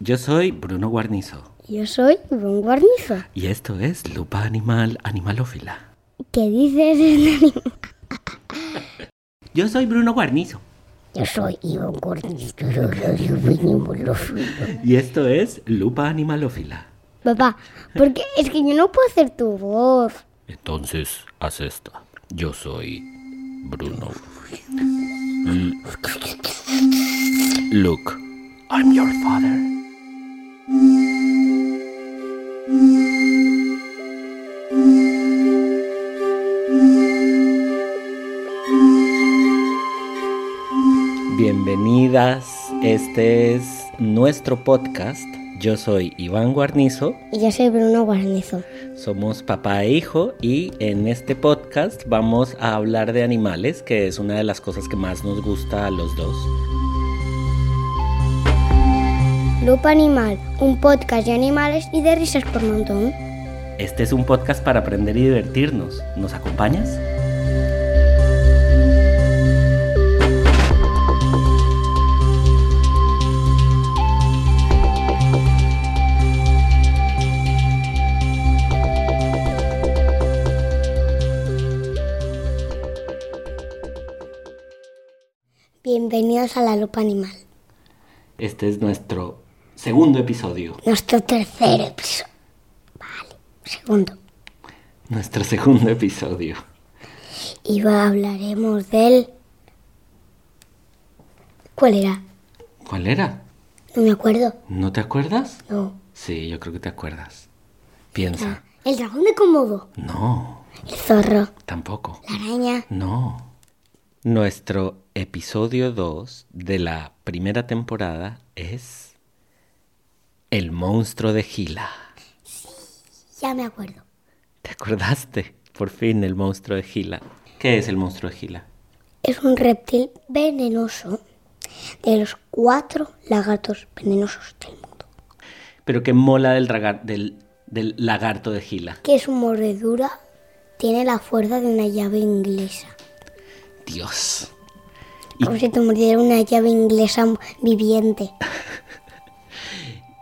Yo soy Bruno Guarnizo Yo soy Bruno Guarnizo. y esto es Lupa Animal Animalófila. ¿Qué dices? Hernani? Yo soy Bruno Guarnizo Yo soy Iván Guarnizo. y esto es Lupa Animalófila. Papá, porque es que yo no puedo hacer tu voz. Entonces, haz esta. Yo soy Bruno. Look, I'm your father. Bienvenidas, este es nuestro podcast. Yo soy Iván Guarnizo. Y yo soy Bruno Guarnizo. Somos papá e hijo y en este podcast vamos a hablar de animales, que es una de las cosas que más nos gusta a los dos. Lupa Animal, un podcast de animales y de risas por montón. Este es un podcast para aprender y divertirnos. ¿Nos acompañas? Bienvenidos a la Lupa Animal. Este es nuestro segundo episodio. Nuestro tercer episodio. Vale, segundo. Nuestro segundo episodio. Y va- hablaremos del... ¿Cuál era? ¿Cuál era? No me acuerdo. ¿No te acuerdas? No. Sí, yo creo que te acuerdas. Piensa. El dragón de Komodo. No, El zorro. tampoco. La araña. No. Nuestro episodio 2 de la primera temporada es El monstruo de Gila. Ya me acuerdo. ¿Te acordaste? Por fin el monstruo de Gila. ¿Qué es el monstruo de Gila? Es un reptil venenoso de los cuatro lagartos venenosos del mundo. Pero qué mola del, dragar- del- del lagarto de Gila. Que su mordedura tiene la fuerza de una llave inglesa. Dios. Y- Como si te mordiera una llave inglesa viviente.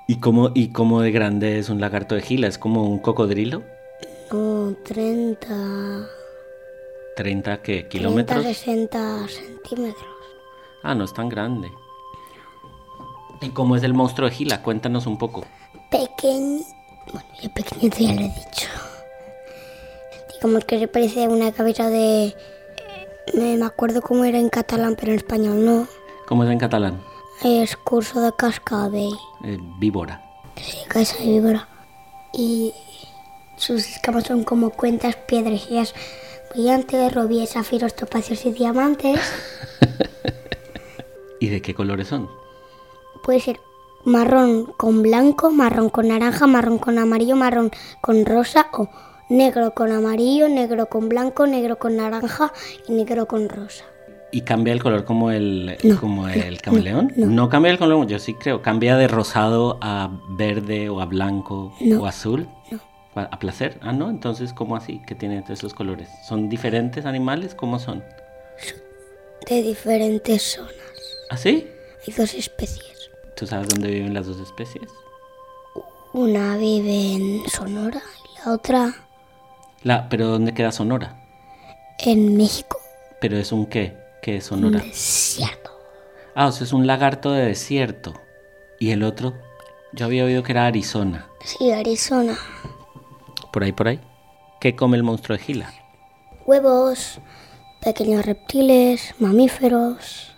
¿Y cómo, ¿Y cómo de grande es un lagarto de Gila? ¿Es como un cocodrilo? No, 30, ¿30 qué? 30, ¿Kilómetros? 60 centímetros. Ah, no es tan grande. ¿Y cómo es el monstruo de Gila? Cuéntanos un poco. Pequeño. Bueno, ya pequeñito ya lo he dicho. Digamos que se parece a una cabeza de. No me acuerdo cómo era en catalán, pero en español no. ¿Cómo es en catalán? Es curso de cascabel. Eh, víbora. Sí, cabeza de víbora. Y sus escamas son como cuentas, piedras y as- brillantes, robíes, zafiros, topacios y diamantes. ¿Y de qué colores son? Puede ser marrón con blanco, marrón con naranja, marrón con amarillo, marrón con rosa o negro con amarillo, negro con blanco, negro con naranja y negro con rosa. ¿Y cambia el color como el, No, como el camaleón? No, cambia el color, yo sí creo. ¿Cambia de rosado a verde o a blanco No, o azul? ¿A a placer? Ah, no, entonces ¿cómo así? ¿Qué tiene esos colores? ¿Son diferentes animales? ¿Cómo son? De diferentes zonas. ¿Así? Hay dos especies. ¿Ah, ¿Tú sabes dónde viven las dos especies? Una vive en Sonora y la otra La, ¿Pero dónde queda Sonora? en México. ¿Pero es un qué? ¿Qué es Un Sonora? desierto. Ah, o sea, es un lagarto de desierto. ¿Y el otro? Yo había oído que era Arizona. Sí, Arizona. Por ahí, por ahí. ¿Qué come el monstruo de Gila? Huevos, pequeños reptiles, mamíferos,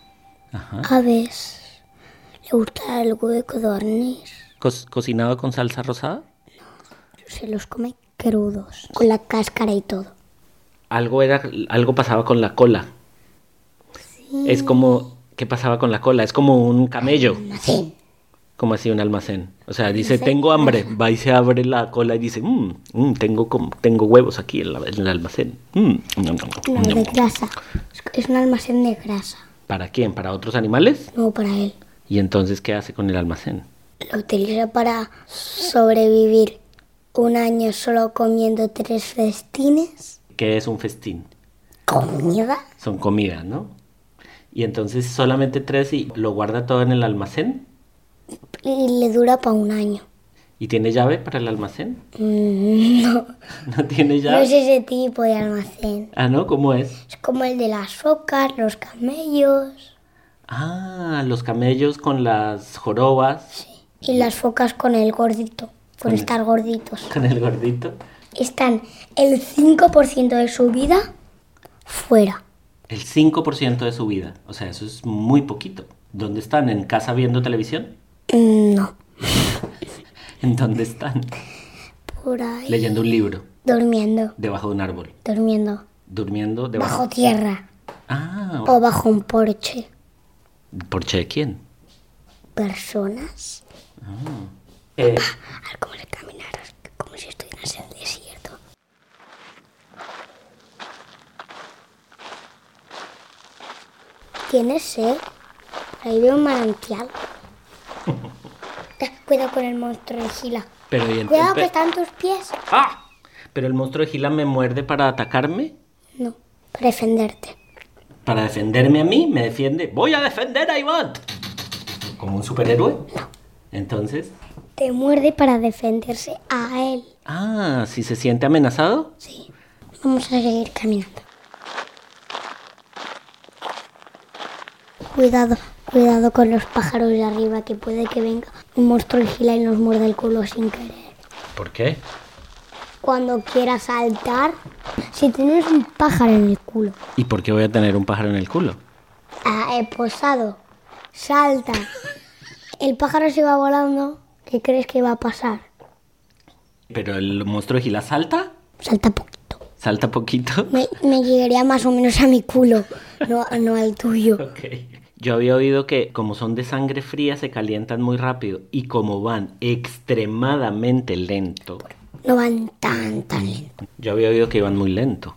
Ajá. aves. Le gusta el hueco de hornís. Cos- ¿Cocinado con salsa rosada? Se los come crudos, con la cáscara y todo. Algo, era, algo pasaba con la cola. Es como... ¿Qué pasaba con la cola? Es como un camello. Así. Como así un almacén. O sea, dice, tengo hambre. Va y se abre la cola y dice, "Mm, mm, tengo, com- tengo huevos aquí en, la- en el almacén. Mm, nom, nom, No, nom, nom". de grasa. Es- Es un almacén de grasa. ¿Para quién? ¿Para otros animales? No para él. ¿Y entonces qué hace con el almacén? Lo utiliza para sobrevivir un año solo comiendo tres festines. ¿Qué es un festín? Comida. Son comida, ¿no? Y entonces solamente tres y lo guarda todo en el almacén. y le dura para un año. ¿Y tiene llave para el almacén? Mm, No, ¿No tiene no llave? es ese tipo de almacén. Ah, ¿no? ¿Cómo es? Es como el de las focas, los camellos Ah, los camellos con las jorobas, y las focas con el gordito, por estar gorditos. con el gordito. Están el 5% de su vida fuera. El 5% de su vida. O sea, eso es muy poquito. ¿Dónde están? ¿En casa viendo televisión? Mm, No, ¿En dónde están? por ahí. Leyendo un libro Durmiendo, debajo de un árbol. durmiendo. Durmiendo debajo. Bajo tierra Ah, o bajo un porche. ¿porche de quién? Personas. Eh, A ver cómo le caminaras, como si estuvieras en el desierto. ¿Tienes sed? Por ahí veo un manantial. Eh, Cuidado con el monstruo de Gila. pero y el- Cuidado pe- que están tus pies. ¡Ah! Pero el monstruo de Gila me muerde para atacarme, No, para defenderte. para defenderme a mí, me defiende. ¡Voy a defender a Iván! ¿Como un superhéroe? Entonces. Te muerde para defenderse a él. Ah, si se siente amenazado. Sí. Vamos a seguir caminando. Cuidado, cuidado con los pájaros de arriba, que puede que venga un monstruo de gila y nos muerda el culo sin querer. ¿Por qué? Cuando quieras saltar, si tienes un pájaro en el culo, ¿Y por qué voy a tener un pájaro en el culo? ah, eh, posado, salta, el pájaro se va volando, ¿qué crees que va a pasar? ¿Pero el monstruo de Gila salta? Salta poquito. ¿Salta poquito? Me, me llegaría más o menos a mi culo, no, no al tuyo. Ok. Yo había oído que como son de sangre fría se calientan muy rápido y como van extremadamente lento, No van tan, tan lento. yo había oído que iban muy lento.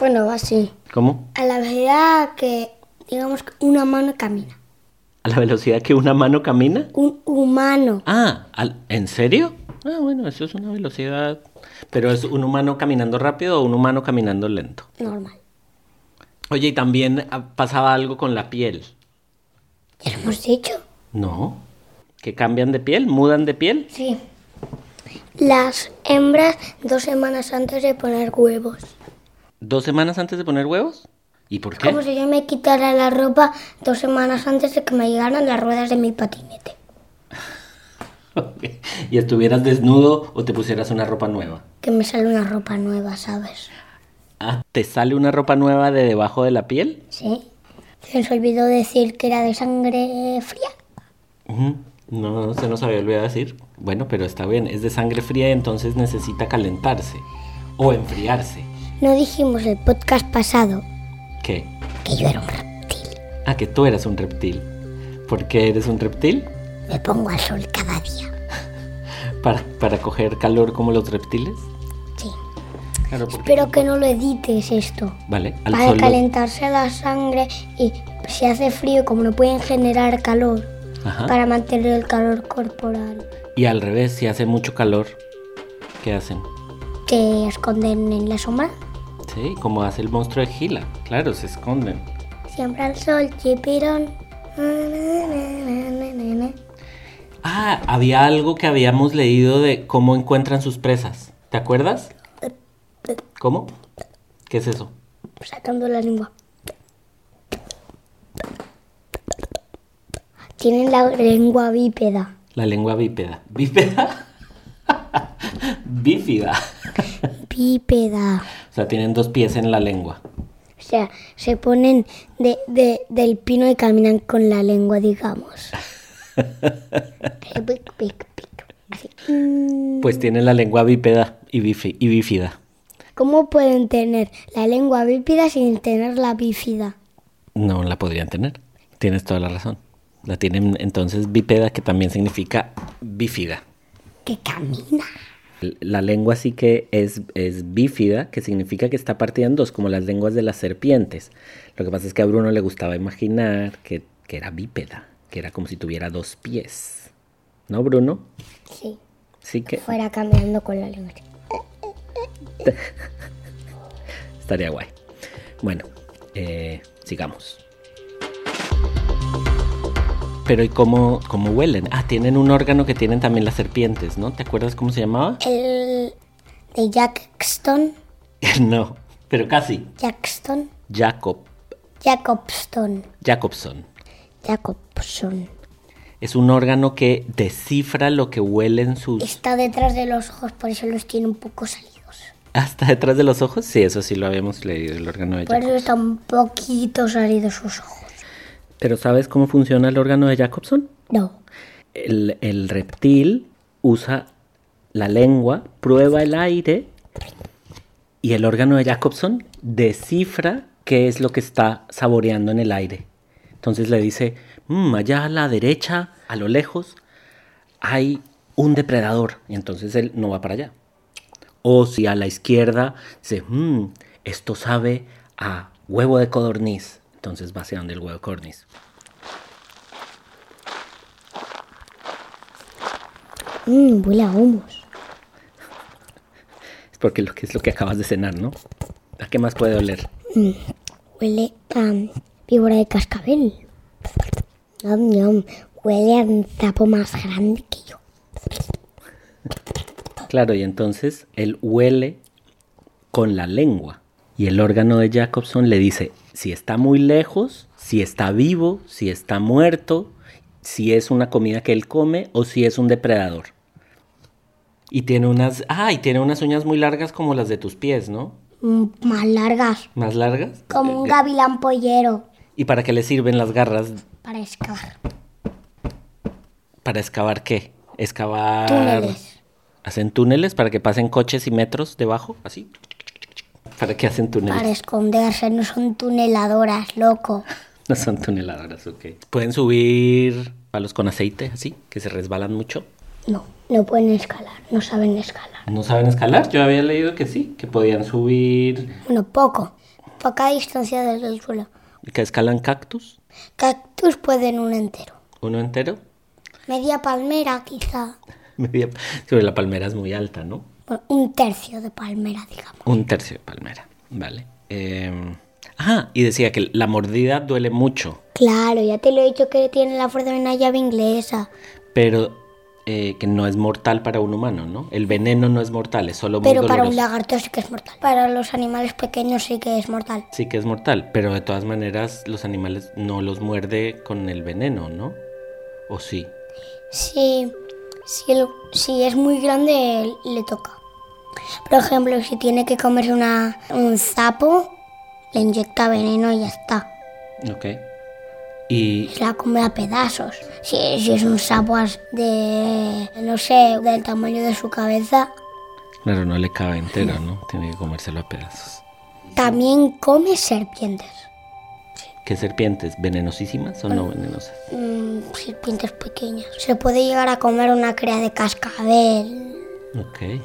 Bueno, va así. ¿Cómo? A la velocidad que, digamos, que una mano camina. ¿A la velocidad que una mano camina? Un humano. Ah, al- ¿en serio? Ah, bueno, eso es una velocidad... Pero es un humano caminando rápido o un humano caminando lento. Normal. Oye, y también ah, pasaba algo con la piel. ¿Ya lo hemos dicho? No. ¿Que cambian de piel? ¿Mudan de piel? Sí. Las hembras dos semanas antes de poner huevos. ¿Dos semanas antes de poner huevos? ¿Y por qué? Como si yo me quitara la ropa dos semanas antes de que me llegaran las ruedas de mi patinete. y estuvieras desnudo o te pusieras una ropa nueva. Que me sale una ropa nueva, ¿sabes? Ah, ¿te sale una ropa nueva de debajo de la piel? Sí. Se nos olvidó decir que era de sangre fría. Ujú. No, no, se nos había olvidado decir. Bueno, pero está bien, es de sangre fría y entonces necesita calentarse o enfriarse. No dijimos el podcast pasado ¿Qué? que yo era un reptil. Ah, que tú eras un reptil. ¿Por qué eres un reptil? Me pongo al sol cada día. ¿Para, para coger calor como los reptiles? Sí. Claro, porque... Espero que no lo edites esto. Vale, al Para sol. lo- calentarse la sangre y si hace frío, como no pueden generar calor, Ajá. para mantener el calor corporal, Y al revés, si hace mucho calor, ¿qué hacen? te esconden en la sombra. Sí, como hace el monstruo de Gila. Claro, se esconden. Siempre al sol, chipirón. Na, na, na, na, na, na. Ah, había algo que habíamos leído de cómo encuentran sus presas. ¿Te acuerdas? ¿Cómo? ¿Qué es eso? Sacando la lengua. Tienen la lengua bípeda. La lengua bípeda. ¿Bípeda? Bífida. Bípeda. O sea, tienen dos pies en la lengua. O sea, se ponen de, de- del pino y caminan con la lengua, digamos. Así, pic, pic, pic, así. Mm, Pues tienen la lengua bípeda y, bifi- y bífida. ¿Cómo pueden tener la lengua bípeda sin tener la bífida? No la podrían tener. Tienes toda la razón. La tienen entonces bípeda, que también significa bífida. Que camina. La lengua sí que es, es bífida, que significa que está partida en dos, como las lenguas de las serpientes. Lo que pasa es que a Bruno le gustaba imaginar que, que era bípeda, que era como si tuviera dos pies. ¿No, Bruno? Sí, Sí que fuera caminando con la lengua. estaría guay. Bueno, eh, sigamos. Pero ¿y cómo, cómo huelen? Ah, tienen un órgano que tienen también las serpientes, ¿no? ¿Te acuerdas cómo se llamaba? El de Jackstone. no, pero casi. Jackstone. Jacob, Jacobstone. Jacobson. Jacobson. Es un órgano que descifra lo que huelen sus... Está detrás de los ojos, por eso los tiene un poco salidos. ¿Hasta detrás de los ojos? Sí, eso sí lo habíamos leído, el órgano de Por Jacobson. eso están un poquito salidos sus ojos. ¿Pero sabes cómo funciona el órgano de Jacobson? No. El, el reptil usa la lengua, prueba el aire y el órgano de Jacobson descifra qué es lo que está saboreando en el aire. Entonces le dice, "Mm, allá a la derecha, a lo lejos, hay un depredador. Y entonces él no va para allá. O si a la izquierda dice, "Mm, esto sabe a huevo de codorniz. Entonces va hacia donde el huevo de codorniz. Mmm, huele a humos. Es porque lo que es lo que acabas de cenar, ¿no? ¿A qué más puede oler? Huele a mm, víbora de cascabel. Nom, nom. Huele a un sapo más grande que yo. Claro, y entonces él huele con la lengua. Y el órgano de Jacobson le dice si está muy lejos, si está vivo, si está muerto, si es una comida que él come o si es un depredador. Y tiene unas, ah, y tiene unas uñas muy largas como las de tus pies, ¿no? Mm, más largas. Más largas. Como un gavilán pollero. ¿Y para qué le sirven las garras? Para escalar. ¿Para excavar qué? Excavar. Túneles. Hacen túneles para que pasen coches y metros debajo, así. ¿Para qué hacen túneles? Para esconderse. No son tuneladoras, loco. No son tuneladoras, ok. Pueden subir palos con aceite, así, que se resbalan mucho. No, no pueden escalar. No saben escalar. ¿No saben escalar? Yo había leído que sí, que podían subir, Bueno, poco. Poca distancia desde el suelo. que escalan cactus, Cactus pueden un entero. uno entero. Media palmera, quizá. Media, sobre la palmera es muy alta, ¿no? Bueno, un tercio de palmera, digamos. Un tercio de palmera, vale. Eh, ah, y decía que la mordida duele mucho, Claro, ya te lo he dicho que tiene la fuerza de una llave inglesa. pero eh, que no es mortal para un humano, ¿no? El veneno no es mortal, es solo muy Pero para un doloroso. lagarto sí que es mortal. Para los animales pequeños sí que es mortal. Sí que es mortal, pero de todas maneras los animales no los muerde con el veneno, ¿no? ¿O sí? Si, si, el- si es muy grande, le toca. Por ejemplo, si tiene que comerse una, un sapo, le inyecta veneno y ya está. Ok. Y Se la come a pedazos. Si, si es un sapo as- de, no sé, del tamaño de su cabeza, claro, no le cabe entero, ¿no? Tiene que comérselo a pedazos. también come serpientes. ¿Qué serpientes? ¿Venenosísimas o Ah. no venenosas? Mm, serpientes pequeñas. Se puede llegar a comer una crea de cascabel. Ok.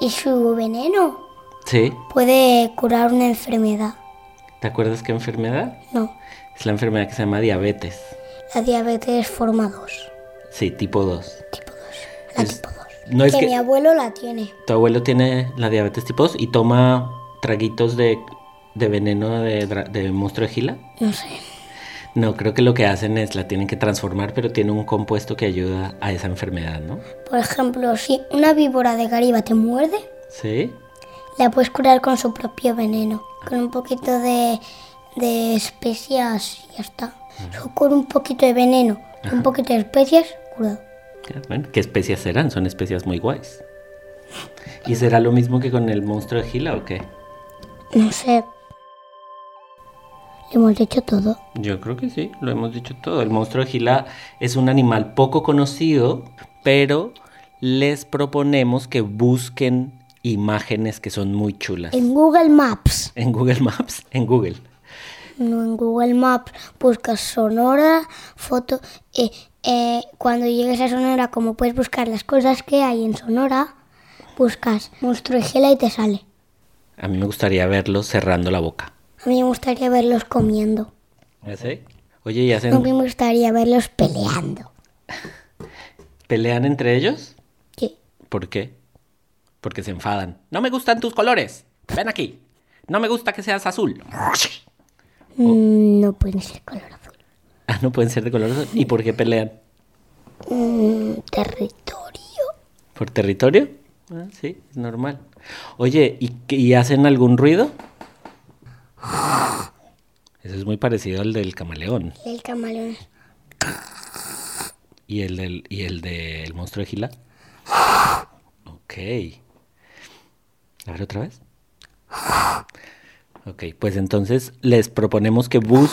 Y su veneno Sí. puede curar una enfermedad. ¿Te acuerdas qué enfermedad? No, Es la enfermedad que se llama diabetes. la diabetes forma 2. Sí, tipo 2. Tipo 2. La Es- tipo 2. no es que, que- mi abuelo la tiene. Tu abuelo tiene la diabetes tipo 2 y toma traguitos de, de veneno de, dra- de monstruo de gila. No sé. No, creo que lo que hacen es la tienen que transformar, pero tiene un compuesto que ayuda a esa enfermedad, ¿no? Por ejemplo, si una víbora de gariba te muerde, Sí. la puedes curar con su propio veneno. Con un poquito de, de especias y ya está. Yo curo un poquito de veneno, un poquito de especias, curado. Ah, Bueno, ¿qué especias serán? Son especias muy guays. ¿Y será lo mismo que con el monstruo de Gila o qué? No sé. Le hemos dicho todo. Yo creo que sí, lo hemos dicho todo. El monstruo de Gila es un animal poco conocido, pero les proponemos que busquen imágenes que son muy chulas. En Google Maps. En Google Maps, en Google. No, en Google Maps buscas Sonora, foto. eh, eh, cuando llegues a Sonora, como puedes buscar las cosas que hay en Sonora, buscas monstruo y gela y te sale. A mí me gustaría verlos cerrando la boca. A mí me gustaría verlos comiendo. ¿Sí? Oye, ¿y A hacen, mí me gustaría verlos peleando. pelean entre ellos? Sí. ¿Por qué? Porque se enfadan. No me gustan tus colores. Ven aquí. No me gusta que seas azul. Mm, No pueden ser color azul. Ah, no pueden ser de color azul. ¿Y por qué pelean? Mm, territorio. ¿Por territorio? Ah, sí, es normal. Oye, ¿y, qué- y hacen algún ruido? Eso es muy parecido al del camaleón. El camaleón. ¿Y el del, y el del monstruo de Gila? Ok. A ver otra vez. Ok, pues entonces les proponemos que bus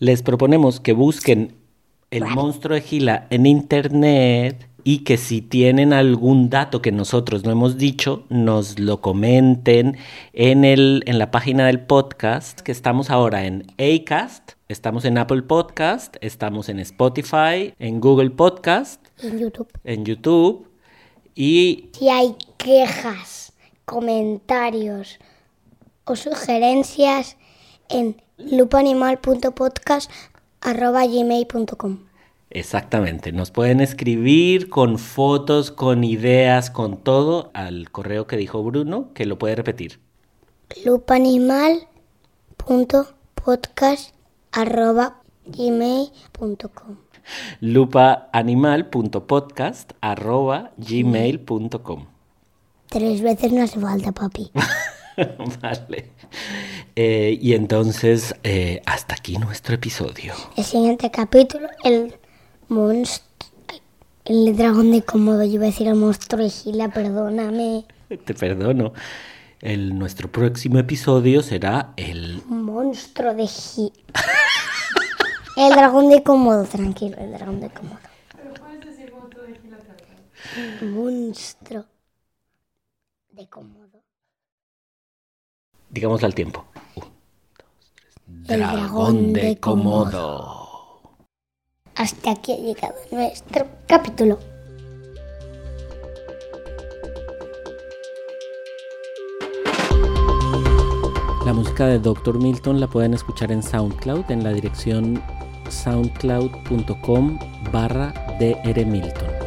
les proponemos que busquen el monstruo de Gila en internet y que si tienen algún dato que nosotros no hemos dicho, nos lo comenten en el en la página del podcast que estamos ahora en Acast, estamos en Apple Podcast, estamos en Spotify, en Google Podcast, En YouTube. en YouTube y Si hay quejas, comentarios o sugerencias en lupoanimal.podcast.gmail.com Exactamente, nos pueden escribir con fotos, con ideas, con todo al correo que dijo Bruno, que lo puede repetir. lupoanimal.podcast.gmail.com lupaanimal.podcast.gmail.com Tres veces no hace falta, papi. Vale. Eh, y entonces, eh, hasta aquí nuestro episodio. El siguiente capítulo, el monstruo... El dragón de cómodo, yo iba a decir el monstruo de Gila, perdóname. Te perdono. El, nuestro próximo episodio será el... Monstruo de Gila. El dragón de cómodo, tranquilo, el dragón de cómodo. Monstruo de cómodo. Digámoslo al tiempo. Un, dos, tres. El dragón de Komodo. Hasta aquí ha llegado nuestro capítulo. La música de Dr. Milton la pueden escuchar en SoundCloud en la dirección soundcloud.com barra drmilton.